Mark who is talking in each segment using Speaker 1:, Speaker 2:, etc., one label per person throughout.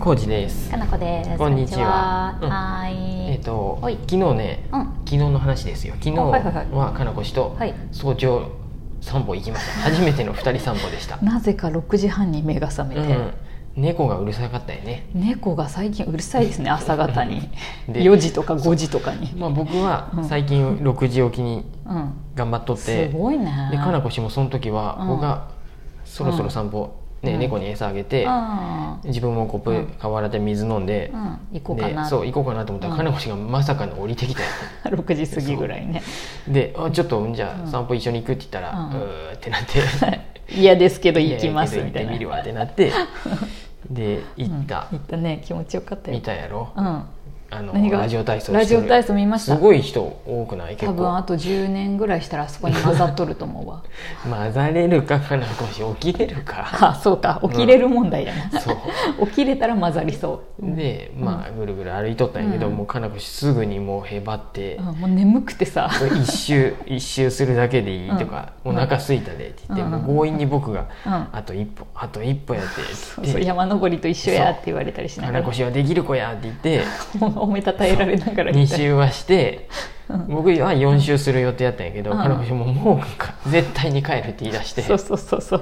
Speaker 1: コウジです
Speaker 2: かなこです。
Speaker 1: こんにちは
Speaker 2: こんにちははーい。
Speaker 1: えっ、と
Speaker 2: はい
Speaker 1: 昨日ね
Speaker 2: うん。
Speaker 1: 昨日の話ですよ昨日
Speaker 2: あはいはいはい
Speaker 1: はかなこ氏と
Speaker 2: はい
Speaker 1: 早朝散歩行きました初めての2人散歩でした
Speaker 2: なぜか6時半に目が覚め
Speaker 1: う
Speaker 2: て、
Speaker 1: ん猫がうるさかったよね
Speaker 2: 猫が最近うるさいですね朝方に
Speaker 1: で
Speaker 2: 4時とか5時とかに
Speaker 1: まあ僕は
Speaker 2: うん
Speaker 1: 最近6時起きに
Speaker 2: うん
Speaker 1: 頑張っとっ
Speaker 2: す
Speaker 1: て
Speaker 2: ごいね
Speaker 1: でかなこ氏もその時は
Speaker 2: うん
Speaker 1: 僕がそろそろ散歩ね、
Speaker 2: うん
Speaker 1: 猫に餌あげて
Speaker 2: う
Speaker 1: 自分もコ
Speaker 2: う
Speaker 1: ッ
Speaker 2: ん
Speaker 1: プ河原で水飲んで、
Speaker 2: ん、うん、行こうか
Speaker 1: で
Speaker 2: な
Speaker 1: そう行こうかなと思ったら、
Speaker 2: うん
Speaker 1: かなこ氏がまさかの降りてきたよ
Speaker 2: 6時過ぎぐらいね
Speaker 1: であちょっとじゃ
Speaker 2: う
Speaker 1: あ
Speaker 2: ん
Speaker 1: 散歩一緒に行くって言ったら、う
Speaker 2: うん
Speaker 1: ーってなって
Speaker 2: 嫌ですけど行きます
Speaker 1: いや
Speaker 2: み
Speaker 1: いやけど行って
Speaker 2: たいな
Speaker 1: みるわってなって で行った
Speaker 2: うん、行ったね気持ちよかったよ
Speaker 1: 見たやろ
Speaker 2: うん
Speaker 1: あの
Speaker 2: 何が
Speaker 1: ラジオ体操
Speaker 2: ラ
Speaker 1: して
Speaker 2: ジ
Speaker 1: る
Speaker 2: オ体操見ました
Speaker 1: すごい人多くない結
Speaker 2: 多分あ
Speaker 1: 構
Speaker 2: と10年ぐらいしたらあそこに混ざっとると思うわ
Speaker 1: 混ざれるかかなこし起きれる か
Speaker 2: あそうか起きれる問題やな、
Speaker 1: そう
Speaker 2: 起きれたら混ざりそう、うん
Speaker 1: でまあぐるぐる歩いとったんやけど、
Speaker 2: うん
Speaker 1: もうかなこしすぐにもうへばって、
Speaker 2: うんもう眠くてさ
Speaker 1: 一周一周するだけでいいとか、
Speaker 2: う
Speaker 1: お
Speaker 2: ん
Speaker 1: 腹空いたでって言って、
Speaker 2: うん
Speaker 1: もう強引に僕が、
Speaker 2: うん
Speaker 1: あと一歩あと一歩やってって言って
Speaker 2: そうそう山登りと一緒やって言われたりしなが
Speaker 1: 金
Speaker 2: ら
Speaker 1: 腰はできる子やって言って
Speaker 2: もう褒めたたえられながら
Speaker 1: 2
Speaker 2: みたいな
Speaker 1: 周は して僕は4周する予定やったんやけど
Speaker 2: うん
Speaker 1: 金腰ももうか絶対に帰るって言い出して
Speaker 2: そうそうそうそう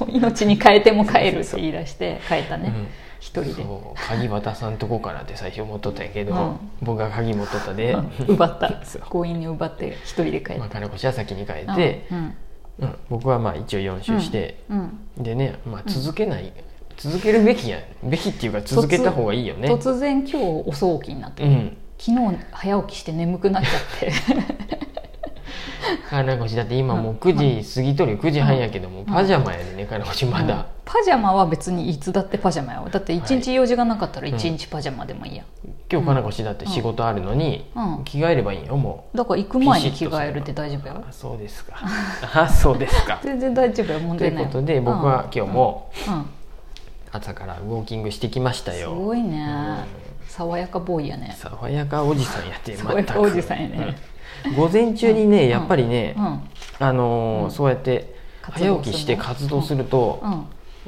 Speaker 2: もう命に変えても帰るって言い出して帰った
Speaker 1: う
Speaker 2: ね
Speaker 1: ん
Speaker 2: 一人で、う
Speaker 1: そう鍵渡さんとこからって最初持っとったんやけど、
Speaker 2: うん
Speaker 1: 僕が鍵持っとったで、
Speaker 2: ん奪った
Speaker 1: そう
Speaker 2: 強引に奪って一人で帰っ
Speaker 1: まあ、
Speaker 2: た
Speaker 1: 金腰は先に帰って、
Speaker 2: うん
Speaker 1: うん僕はまあ一応4周して、
Speaker 2: うんうん
Speaker 1: でね、まあ、続けない、続けるべきやべきっていうか続けた方がいいよね
Speaker 2: 突然今日遅起きになって
Speaker 1: うん
Speaker 2: 昨日早起きして眠くなっちゃって
Speaker 1: 金腰だって今もう9時過ぎとるよ9時半やけども、パジャマやでね金腰まだ。
Speaker 2: パジャマは別にいつだってパジャマよだって一日用事がなかったら一日パジャマでもいいや、
Speaker 1: 今日かなこしだって仕事あるのに、
Speaker 2: うん
Speaker 1: 着替えればいいよも
Speaker 2: だから行く
Speaker 1: う
Speaker 2: 前に着替えるって大丈夫やろ
Speaker 1: あそうですか あそうですか
Speaker 2: 全然大丈夫よ問
Speaker 1: とい
Speaker 2: 題
Speaker 1: う
Speaker 2: ない
Speaker 1: ことで僕は今日も
Speaker 2: うん、うん
Speaker 1: 朝からウォーキングしてきました
Speaker 2: す
Speaker 1: よ
Speaker 2: ごいね爽やかボーイやね
Speaker 1: 爽やかおじさんやって
Speaker 2: 爽やかおじさんやね
Speaker 1: うん午前中にねやっぱりね、
Speaker 2: うん
Speaker 1: あのー
Speaker 2: うん
Speaker 1: そうやって
Speaker 2: 活動する
Speaker 1: 早
Speaker 2: の
Speaker 1: 起きして活動すると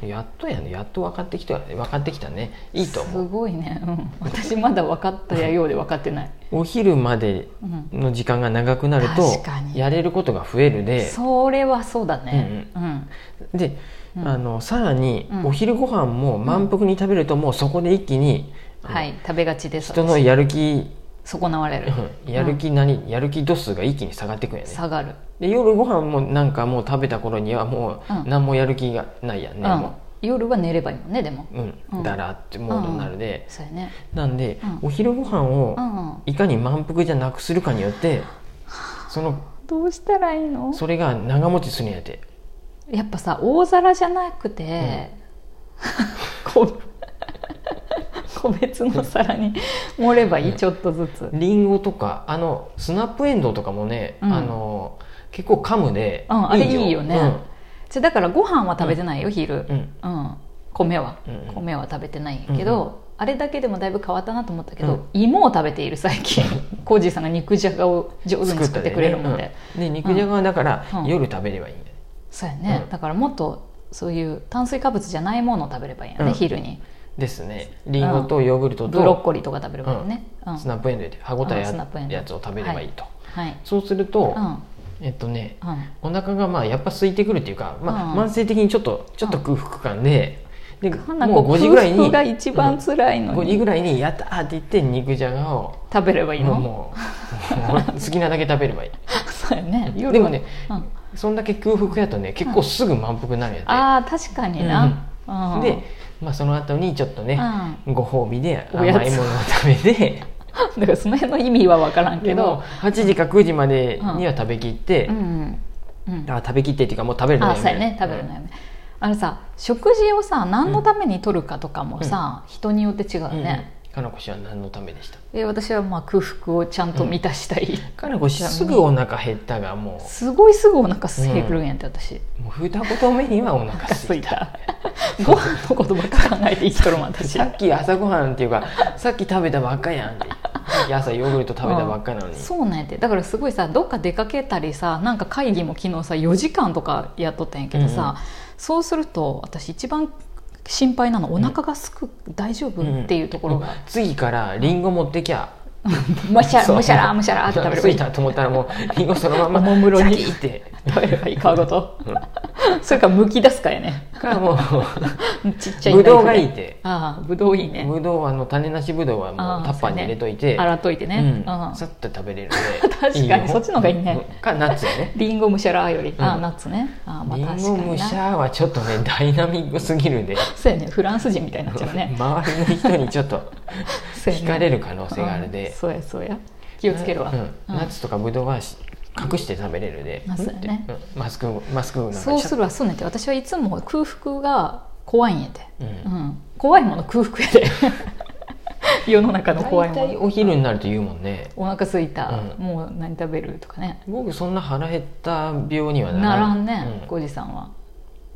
Speaker 2: う、ん
Speaker 1: やっとやねやっと分かってきた分かってきたねいいと
Speaker 2: す
Speaker 1: 思う
Speaker 2: ごいね、うん、私まだ分かったやようで分かってない、
Speaker 1: お昼まで
Speaker 2: うん、
Speaker 1: の時間が長くなると
Speaker 2: 確かに
Speaker 1: やれることが増えるで
Speaker 2: それはそうだねうん、
Speaker 1: で、
Speaker 2: うん
Speaker 1: あのさらに
Speaker 2: うん
Speaker 1: お昼ご飯も満腹に食べるともうそこで一気に、あの
Speaker 2: はい食べがちです
Speaker 1: 人のやる気
Speaker 2: 損なわれる、
Speaker 1: うんやる気何、やる気度数が一気に下がってくるよね
Speaker 2: 下がる、
Speaker 1: で夜ご飯もなんかもう食べた頃にはも
Speaker 2: う
Speaker 1: うん何もやる気がないやん
Speaker 2: う
Speaker 1: ね、
Speaker 2: ん
Speaker 1: も、
Speaker 2: 夜は寝ればいいもんねでも
Speaker 1: う、う、
Speaker 2: うんん
Speaker 1: だらってモードになるで、
Speaker 2: そうやね
Speaker 1: なんで、
Speaker 2: うん
Speaker 1: お昼ご飯を
Speaker 2: うんうん
Speaker 1: いかに満腹じゃなくするかによってその
Speaker 2: どうしたらいいの
Speaker 1: それが長持ちするんやって
Speaker 2: やっぱさ大皿じゃなくて、 こ個別の皿に盛ればいい、ちょっとずつ
Speaker 1: リンゴとかあのスナップエンドウとかもね、
Speaker 2: うん
Speaker 1: あの結構噛むで、
Speaker 2: うんあれいいよねじゃあだからご飯は食べてないよ、昼
Speaker 1: うんうん
Speaker 2: うん、米は、
Speaker 1: うんうん
Speaker 2: 米は食べてないんやけど、
Speaker 1: うん
Speaker 2: あれだけでもだいぶ変わったなと思ったけど、
Speaker 1: うん
Speaker 2: 芋を食べている最 近コージーさんが肉じゃがを上手に作ってくれるもんで、
Speaker 1: うんで肉じゃがはだから、
Speaker 2: うん
Speaker 1: 夜食べればいいんだよ
Speaker 2: そうやね、
Speaker 1: うん
Speaker 2: だからもっとそういう炭水化物じゃないものを食べればいいよね、
Speaker 1: うん
Speaker 2: 昼に
Speaker 1: ですねリンゴとヨーグルト
Speaker 2: ブロッ
Speaker 1: と、
Speaker 2: コリーとか食べればいいよね、うん
Speaker 1: スナップエンドウで歯ごたえ
Speaker 2: うんスナッ
Speaker 1: あ
Speaker 2: プエン
Speaker 1: る
Speaker 2: ドウ
Speaker 1: やつを食べればいいと、
Speaker 2: はい、
Speaker 1: そうすると
Speaker 2: う、ん
Speaker 1: えっとね
Speaker 2: うん、
Speaker 1: お腹がまあやっぱ空いてくるっていうか、まあ
Speaker 2: うん
Speaker 1: 慢性的にちょっとちょっと空腹感で,、で
Speaker 2: 花子
Speaker 1: もう5時ぐらい
Speaker 2: 空
Speaker 1: に
Speaker 2: 腹が一番辛いの
Speaker 1: 5
Speaker 2: に、
Speaker 1: 時ぐらいに「やった!」って言って肉じゃがを
Speaker 2: 食べればいいの、
Speaker 1: もうもうもう好きなだけ食べればいい
Speaker 2: そうやね夜は
Speaker 1: でもね
Speaker 2: うん
Speaker 1: そんだけ空腹やとね結構すぐ満腹になるんや
Speaker 2: ああ確かにな、
Speaker 1: で、
Speaker 2: うん
Speaker 1: で、まあ、その後にちょっとね、ご褒美で
Speaker 2: お
Speaker 1: 甘い
Speaker 2: やつ
Speaker 1: ものを食べ て
Speaker 2: うん、 だからその辺の意味は分からんけ
Speaker 1: でも
Speaker 2: ど
Speaker 1: 8時か9時までには食べきって、
Speaker 2: うんうん、
Speaker 1: あ食べきってっていうかもう食べるの
Speaker 2: あ
Speaker 1: や
Speaker 2: そう
Speaker 1: め
Speaker 2: や
Speaker 1: る
Speaker 2: ね食べるのやめ、あのさ食事をさ何のために取るかとかもさ、人によって違う
Speaker 1: うん
Speaker 2: ね、
Speaker 1: うんかなこ氏は何のためでした
Speaker 2: で私はまあ空腹をちゃんと満たしたい、
Speaker 1: かなこ氏すぐお腹減ったがも
Speaker 2: すごいすぐお腹すいてくるんやって私、
Speaker 1: うもう二言目にはお腹
Speaker 2: す
Speaker 1: す
Speaker 2: い
Speaker 1: い た
Speaker 2: たご飯のことばっか考えて生きとるもん私
Speaker 1: さっき朝ごはんっていうかさっき食べたばっかやんってさっき朝ヨーグルト食べたばっかなのに、
Speaker 2: そうなんやてだからすごいさどっか出かけたりさなんか会議も昨日さ4時間とかやっとったんやけどさ、そうすると私一番心配なのお腹がすく、大丈夫、
Speaker 1: うん
Speaker 2: っていうところが、
Speaker 1: 次からリンゴ持ってきゃ
Speaker 2: むしゃ
Speaker 1: そう
Speaker 2: むしゃらむしゃらって 食べれば
Speaker 1: つ
Speaker 2: い
Speaker 1: い
Speaker 2: い
Speaker 1: たと思ったらもうリンゴそのまま
Speaker 2: おもむろに
Speaker 1: シャキって
Speaker 2: 食べればいい皮ごとそれから剥き出すかやね
Speaker 1: から も
Speaker 2: ちっち
Speaker 1: う
Speaker 2: ゃい
Speaker 1: ぶどう
Speaker 2: ナ
Speaker 1: が
Speaker 2: イフで
Speaker 1: いいって
Speaker 2: ああぶどういいね
Speaker 1: ぶどうはあの種なしぶどうはも
Speaker 2: あ
Speaker 1: う
Speaker 2: ー
Speaker 1: タッパーに入れといて
Speaker 2: 洗っといてね、
Speaker 1: う
Speaker 2: うん
Speaker 1: ん、さっと食べれる
Speaker 2: 確かにそっちの方がいいね
Speaker 1: うんかナッツやね
Speaker 2: リンゴむしゃらより、
Speaker 1: ん
Speaker 2: ああナッツねああまあ
Speaker 1: リン
Speaker 2: 確か
Speaker 1: ゴ
Speaker 2: に
Speaker 1: むし
Speaker 2: な
Speaker 1: ゃーはちょっとねダイナミックすぎるんで
Speaker 2: そうやねフランス人みたいになっちゃうね
Speaker 1: 周りの人にちょっと
Speaker 2: そうやね
Speaker 1: 惹かれる可能性がある
Speaker 2: うん
Speaker 1: で
Speaker 2: そうやそうや気をつけるわ、
Speaker 1: うん
Speaker 2: うん
Speaker 1: ナッツとかブドウはし隠して食べれるで
Speaker 2: まあそうやね
Speaker 1: うんってうんマスクマスクなんか
Speaker 2: そうするわそうねんて私はいつも空腹が怖いんやて、
Speaker 1: うん
Speaker 2: うん怖いもの空腹やで 世の中の怖い
Speaker 1: 大
Speaker 2: も
Speaker 1: 体
Speaker 2: の
Speaker 1: お昼になると言うもんね
Speaker 2: お腹すいた、
Speaker 1: うん
Speaker 2: もう何食べるとかね
Speaker 1: 僕そんな腹減った病にはな
Speaker 2: な
Speaker 1: ら
Speaker 2: ら
Speaker 1: ん
Speaker 2: んね、
Speaker 1: うん
Speaker 2: ごじさんは、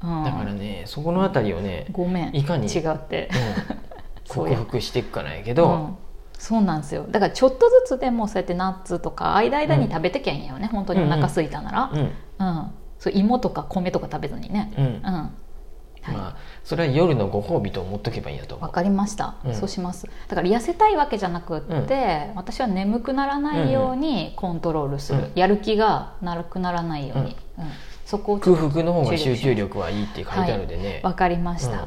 Speaker 2: うん、
Speaker 1: だからねそこのあたりをね、
Speaker 2: ごめん
Speaker 1: いかに
Speaker 2: 違って
Speaker 1: うん
Speaker 2: そう
Speaker 1: 克
Speaker 2: や
Speaker 1: 服していくかないけ
Speaker 2: う
Speaker 1: ど、
Speaker 2: んそうなんですよだからちょっとずつでもそうやってナッツとか間々に食べてきゃいいんやよね、本当にお腹空いたなら、
Speaker 1: うんうん
Speaker 2: うんそう芋とか米とか食べずにねうん、はい
Speaker 1: まあそれは夜のご褒美と思っとけばいいんだと思
Speaker 2: わ
Speaker 1: う
Speaker 2: かりました、
Speaker 1: うん
Speaker 2: そうしますだから痩せたいわけじゃなくって、私は眠くならないようにコントロールする、
Speaker 1: うん
Speaker 2: やる気がなくならないように、うんそこをちょ
Speaker 1: 空
Speaker 2: っと
Speaker 1: 腹の方が集中力はいいって書いてあるでね、
Speaker 2: わかりました、
Speaker 1: うん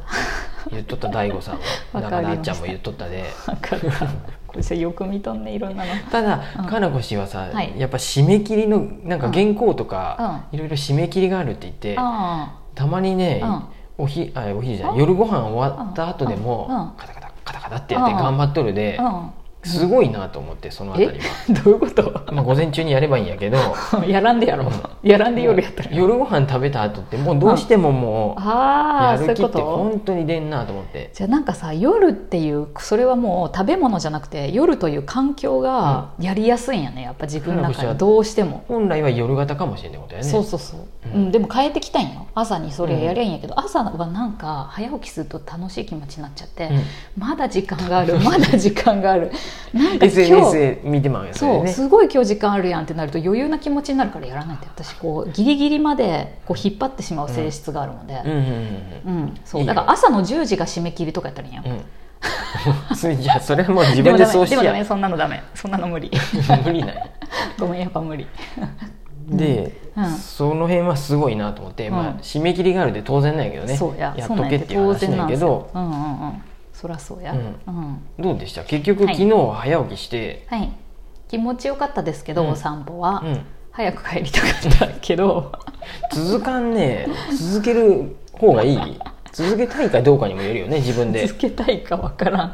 Speaker 1: 言っとった大悟さんも
Speaker 2: わ
Speaker 1: だか
Speaker 2: かりま
Speaker 1: ら
Speaker 2: した
Speaker 1: あっちゃんも言っとったで
Speaker 2: わかったこれさよく見とんねいろんなの
Speaker 1: ただ、
Speaker 2: うん
Speaker 1: かなこ氏はさ、
Speaker 2: はい
Speaker 1: やっぱ締め切りのなんか原稿とか、いろいろ締め切りがあるって言って、
Speaker 2: あ
Speaker 1: たまにね、
Speaker 2: うん
Speaker 1: おひあお昼じゃ
Speaker 2: う
Speaker 1: なんい夜ご飯終わった後で
Speaker 2: うんうん
Speaker 1: も、カタカタカタカタってやって
Speaker 2: うん
Speaker 1: 頑張っとるで、
Speaker 2: あ
Speaker 1: すごいなと思ってそのあ
Speaker 2: う
Speaker 1: た
Speaker 2: ん
Speaker 1: りは
Speaker 2: え どういうこと
Speaker 1: まあ午前中にやればいいんやけ ど
Speaker 2: やらんでやろうやらんで夜やったら
Speaker 1: 夜ご飯食べた後ってもうどうしてももう
Speaker 2: あ
Speaker 1: や
Speaker 2: あそうい
Speaker 1: る
Speaker 2: う
Speaker 1: 気
Speaker 2: こ
Speaker 1: って
Speaker 2: と
Speaker 1: 本当に出んなと思って
Speaker 2: じゃあなんかさ夜っていうそれはもう食べ物じゃなくて夜という環境がやりやすいんやねやっぱ自分の中でどうしても、
Speaker 1: 本来は夜型かもしれないことやね
Speaker 2: そうそうそう、う
Speaker 1: うん
Speaker 2: ん、でも変えてきたんよ朝にそれやりゃいいんやけど、朝はなんか早起きすると楽しい気持ちになっちゃって、
Speaker 1: うん
Speaker 2: まだ時間があるまだ時間があるなんか今日
Speaker 1: SNS 見てまうんや
Speaker 2: そう
Speaker 1: れね
Speaker 2: すごい今日時間あるやんってなると余裕な気持ちになるからやらないって私こうギリギリまでこう引っ張ってしまう性質があるので、
Speaker 1: うんうんうん
Speaker 2: うん、そう
Speaker 1: いいよ
Speaker 2: だから朝の10時が締め切りとかやったらいいんや、
Speaker 1: うん、 それじゃあそれはもう自分で
Speaker 2: もダメ
Speaker 1: そうし
Speaker 2: もダ
Speaker 1: や
Speaker 2: メそんなのダメそんな の無理
Speaker 1: 無理ない
Speaker 2: ごめんやっぱ無理
Speaker 1: で、
Speaker 2: うん
Speaker 1: その辺はすごいなと思って、
Speaker 2: うん
Speaker 1: まあ、締め切りがあるで当然なんやけどね
Speaker 2: そうや
Speaker 1: っとけっていう話なんやけど
Speaker 2: そうなんやて当然なんですようんうんうんそらそうや、う
Speaker 1: うんんどうでした結局
Speaker 2: はい
Speaker 1: 昨日は早起きして、
Speaker 2: はい気持ちよかったですけど、
Speaker 1: うん
Speaker 2: お散歩は、
Speaker 1: うん、
Speaker 2: 早く帰りたかったけど
Speaker 1: 続かんね続ける方がいい続けたいかどうかにもよる よね自分で
Speaker 2: 続、けたいかわからん、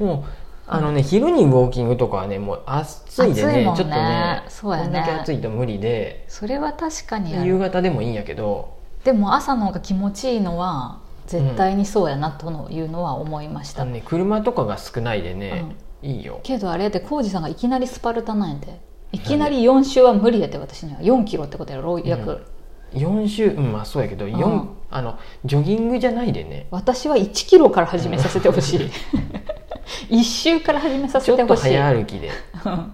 Speaker 1: うんもうあのね昼にウォーキングとかはねもう暑いで
Speaker 2: 暑い
Speaker 1: ね
Speaker 2: もん
Speaker 1: ち
Speaker 2: ね
Speaker 1: ょっとね
Speaker 2: そうやね
Speaker 1: こんだけ暑いと無理で
Speaker 2: それは確かにあ
Speaker 1: 夕
Speaker 2: る
Speaker 1: 方でもいいんやけど、
Speaker 2: でも朝の方が気持ちいいのは絶対にそうやなとのいうのは思いました、
Speaker 1: あのね、車とかが少ないでね、いいよ
Speaker 2: けどあれやって浩二さんがいきなりスパルタなんやでいきなり4周は無理やって私には4キロってことやろ約、
Speaker 1: うん4週うんまあそうやけど、四
Speaker 2: うん
Speaker 1: あのジョギングじゃないでね
Speaker 2: 私は1キロから始めさせてほしい1周から始めさ
Speaker 1: ち
Speaker 2: せ
Speaker 1: ょ
Speaker 2: て
Speaker 1: っ
Speaker 2: ほ
Speaker 1: と
Speaker 2: しい
Speaker 1: 早歩き で
Speaker 2: うん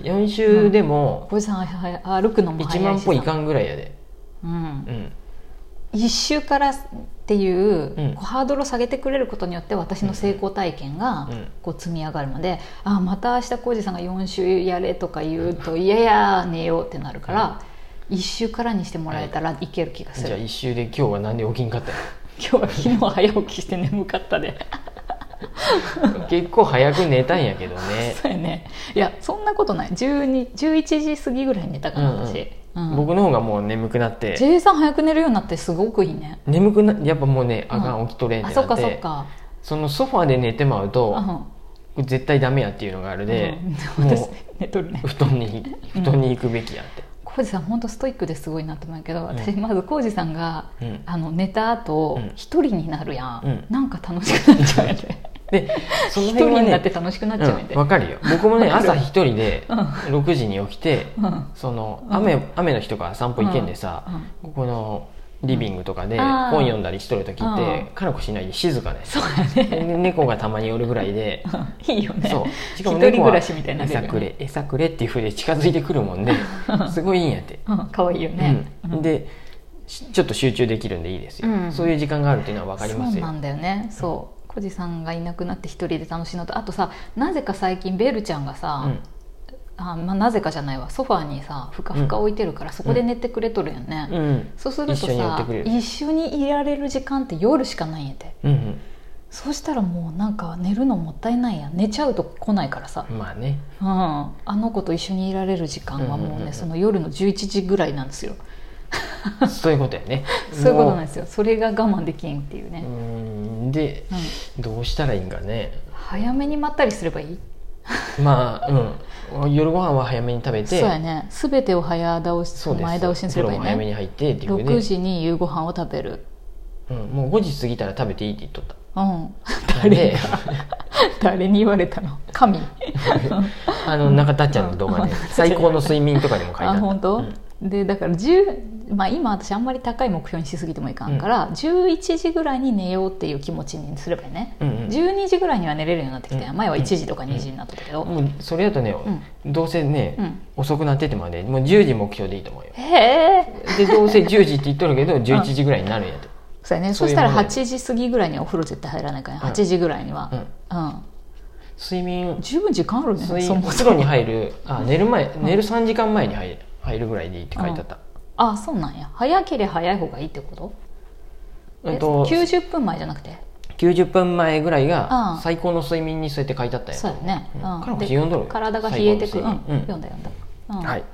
Speaker 1: 4週でも
Speaker 2: 浩二さんははや歩くのも
Speaker 1: 1
Speaker 2: 早い
Speaker 1: 万
Speaker 2: し
Speaker 1: 歩い
Speaker 2: さ、
Speaker 1: かんぐらいやで、
Speaker 2: うん
Speaker 1: う、ん、
Speaker 2: 1周からっていう、
Speaker 1: うん
Speaker 2: こうハードルを下げてくれることによって私の成功体験が
Speaker 1: うん
Speaker 2: こう積み上がるので、ああまた明日浩二さんが4周やれとか言うと、いやいや寝ようってなるから、1周からにしてもらえたらいける気がす
Speaker 1: じ
Speaker 2: る、
Speaker 1: ゃあ1週で今日はなんで起きんかった
Speaker 2: 今日は昨日早起きして眠かったで
Speaker 1: の 結構早く寝たんやけどね、
Speaker 2: そうやねいやそんなことない12 11時過ぎぐらいに寝たかな
Speaker 1: うんうん
Speaker 2: 私、うん
Speaker 1: 僕の方がもう眠くなって
Speaker 2: ジェイさん早く寝るようになってすごくいいね
Speaker 1: 眠くなやっぱもうねあか
Speaker 2: うん
Speaker 1: ん起きとれんっ
Speaker 2: あ
Speaker 1: て
Speaker 2: そ
Speaker 1: な
Speaker 2: っ
Speaker 1: って、
Speaker 2: かそっか
Speaker 1: そのソファーで寝てまう
Speaker 2: う
Speaker 1: と
Speaker 2: ん
Speaker 1: 絶対ダメやっていうのがあるで、
Speaker 2: うん 私
Speaker 1: も
Speaker 2: 寝とるね
Speaker 1: う布団 に布団に行くべきやって、
Speaker 2: 浩二さん本当ストイックですごいなと思うけど
Speaker 1: ん
Speaker 2: 私まず浩二さんが、
Speaker 1: うん
Speaker 2: あの寝た後
Speaker 1: うん
Speaker 2: 一、人になるやん、
Speaker 1: うん
Speaker 2: なんか楽しくなっちゃうやんね
Speaker 1: で その
Speaker 2: 一
Speaker 1: 辺
Speaker 2: 人
Speaker 1: は
Speaker 2: になっ
Speaker 1: ね
Speaker 2: て楽しくなっちゃうやんね、
Speaker 1: わかるよ僕もね
Speaker 2: わかる
Speaker 1: 朝一人で
Speaker 2: うん
Speaker 1: 6時に起きて、
Speaker 2: うん
Speaker 1: その
Speaker 2: うん
Speaker 1: 雨,、雨の日とか散歩行けんで
Speaker 2: うんうん
Speaker 1: さ、ここのリビングとかで
Speaker 2: うんあー
Speaker 1: 本読んだりしとる時って、
Speaker 2: う
Speaker 1: かなこしないで静かね
Speaker 2: そうやね
Speaker 1: で猫がたまにおるぐらいで
Speaker 2: いいよね
Speaker 1: そう
Speaker 2: 一人暮らしみたいになるよ
Speaker 1: 餌
Speaker 2: ね
Speaker 1: くれ餌くれっていうふうで近づいてくるもんですごいいいんやって、
Speaker 2: うん、かわいいよね、
Speaker 1: う
Speaker 2: うん
Speaker 1: ん、でしちょっと集中できるんでいいですよ、
Speaker 2: うん
Speaker 1: そういう時間があるっていうのは分かります
Speaker 2: そうな
Speaker 1: よ
Speaker 2: んだよねそう小路さんがいなくなって一人で楽しいのとあとさなぜか最近ベルちゃんがさ、
Speaker 1: うん
Speaker 2: あまあ、なぜかじゃないわソファーにさふかふか置いてるから、そこで寝てくれとるよね、
Speaker 1: うん
Speaker 2: そうすると
Speaker 1: 一緒にやって
Speaker 2: さ
Speaker 1: くれる
Speaker 2: 一緒にいられる時間って夜しかないんやて
Speaker 1: うん
Speaker 2: そうしたらもうなんか寝るのもったいないやん寝ちゃうと来ないからさ、
Speaker 1: うんまあね
Speaker 2: うん、あの子と一緒にいられる時間はもうね、
Speaker 1: うんうんうん
Speaker 2: その夜の11時ぐらいなんですよ
Speaker 1: そういうことやね
Speaker 2: そういうことなん
Speaker 1: い
Speaker 2: ですよそれが我慢できんっていうね、
Speaker 1: んで
Speaker 2: うん
Speaker 1: どうしたらいいんかね
Speaker 2: 早めにまったりすればいい
Speaker 1: まあうん夜ご飯は早めに食べ
Speaker 2: そう
Speaker 1: て
Speaker 2: やね全てを早倒し
Speaker 1: そうです
Speaker 2: 前倒しにすればいい
Speaker 1: お風呂も早め
Speaker 2: ね
Speaker 1: に入ってっていうね
Speaker 2: 6時に夕ご飯を食べる
Speaker 1: うん、もう5時過ぎたら食べていいって言っとった
Speaker 2: うん
Speaker 1: なん
Speaker 2: 誰が
Speaker 1: で
Speaker 2: 誰に言われたの神
Speaker 1: あ の中田ちゃんの動画で、
Speaker 2: うん
Speaker 1: 最高の睡眠とかにも書いてあっ
Speaker 2: あ
Speaker 1: た
Speaker 2: 本当、
Speaker 1: うん
Speaker 2: でだから10、まあ、今私あんまり高い目標にしすぎてもいかんから、11時ぐらいに寝ようっていう気持ちにすればいいね、
Speaker 1: うんうん
Speaker 2: 12時ぐらいには寝れるようになってきたよ、
Speaker 1: うん
Speaker 2: 前は1時とか2時になってたけど、
Speaker 1: もうそれだとね、どうせね、
Speaker 2: うん
Speaker 1: 遅くなっててまでもう10時目標でいいと思うよ
Speaker 2: へえ
Speaker 1: でどうせ10時って言っとるけど11時ぐらいになるんやと、
Speaker 2: そうやね
Speaker 1: そ
Speaker 2: そう
Speaker 1: いう
Speaker 2: したら
Speaker 1: もので
Speaker 2: 8時過ぎぐらいにはお風呂絶対入らないからね、
Speaker 1: うん
Speaker 2: 8時ぐらいには
Speaker 1: う、ん、
Speaker 2: うん
Speaker 1: 睡眠
Speaker 2: 十分時間あるね
Speaker 1: 睡
Speaker 2: そ
Speaker 1: お
Speaker 2: も
Speaker 1: 風
Speaker 2: そ
Speaker 1: 呂
Speaker 2: も
Speaker 1: に入るあ寝る前
Speaker 2: ん
Speaker 1: 寝る3時間前に入る入るぐらいでいいって書いてあった、
Speaker 2: あそうなんや早ければ早い方がいいってこと、
Speaker 1: えっと、
Speaker 2: 90分前じゃなくて
Speaker 1: 90分前ぐらいうが
Speaker 2: ん
Speaker 1: 最高の睡眠にそうやって書いてあったんや
Speaker 2: そうやね、
Speaker 1: う
Speaker 2: うんん
Speaker 1: 彼も
Speaker 2: で
Speaker 1: 読んどる
Speaker 2: 体が冷えてく
Speaker 1: 最
Speaker 2: る、
Speaker 1: 後
Speaker 2: う
Speaker 1: の
Speaker 2: ん
Speaker 1: 睡眠うん
Speaker 2: 読んだ読んだ、うん
Speaker 1: はい、もう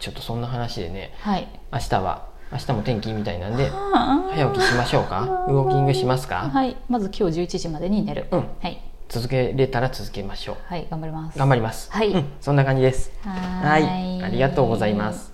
Speaker 1: ちょっとそんな話でね
Speaker 2: はい
Speaker 1: 明日は明日も天気みたいなんで
Speaker 2: 早
Speaker 1: 早起きしましょうかウォーキングしますか、
Speaker 2: はいまず今日11時までに寝る、
Speaker 1: うん
Speaker 2: はい、
Speaker 1: 続けれたら続けましょう
Speaker 2: はい、頑張ります
Speaker 1: 頑張ります
Speaker 2: はい
Speaker 1: うん、そんな感じです
Speaker 2: は
Speaker 1: は
Speaker 2: ー
Speaker 1: いありがとうございます